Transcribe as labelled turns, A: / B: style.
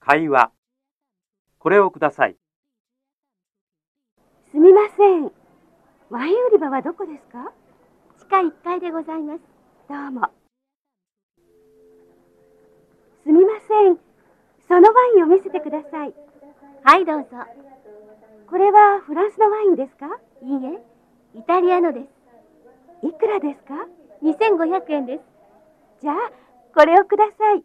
A: 会話。これをください。
B: すみません。ワイン売り場はどこですか地下1階でございます。どうも。すみません。そのワインを見せてください。はい、どうぞ。これはフランスのワインですかいいえ、イタリアのです。いくらですか ?2500 円です。じゃあ、これをください。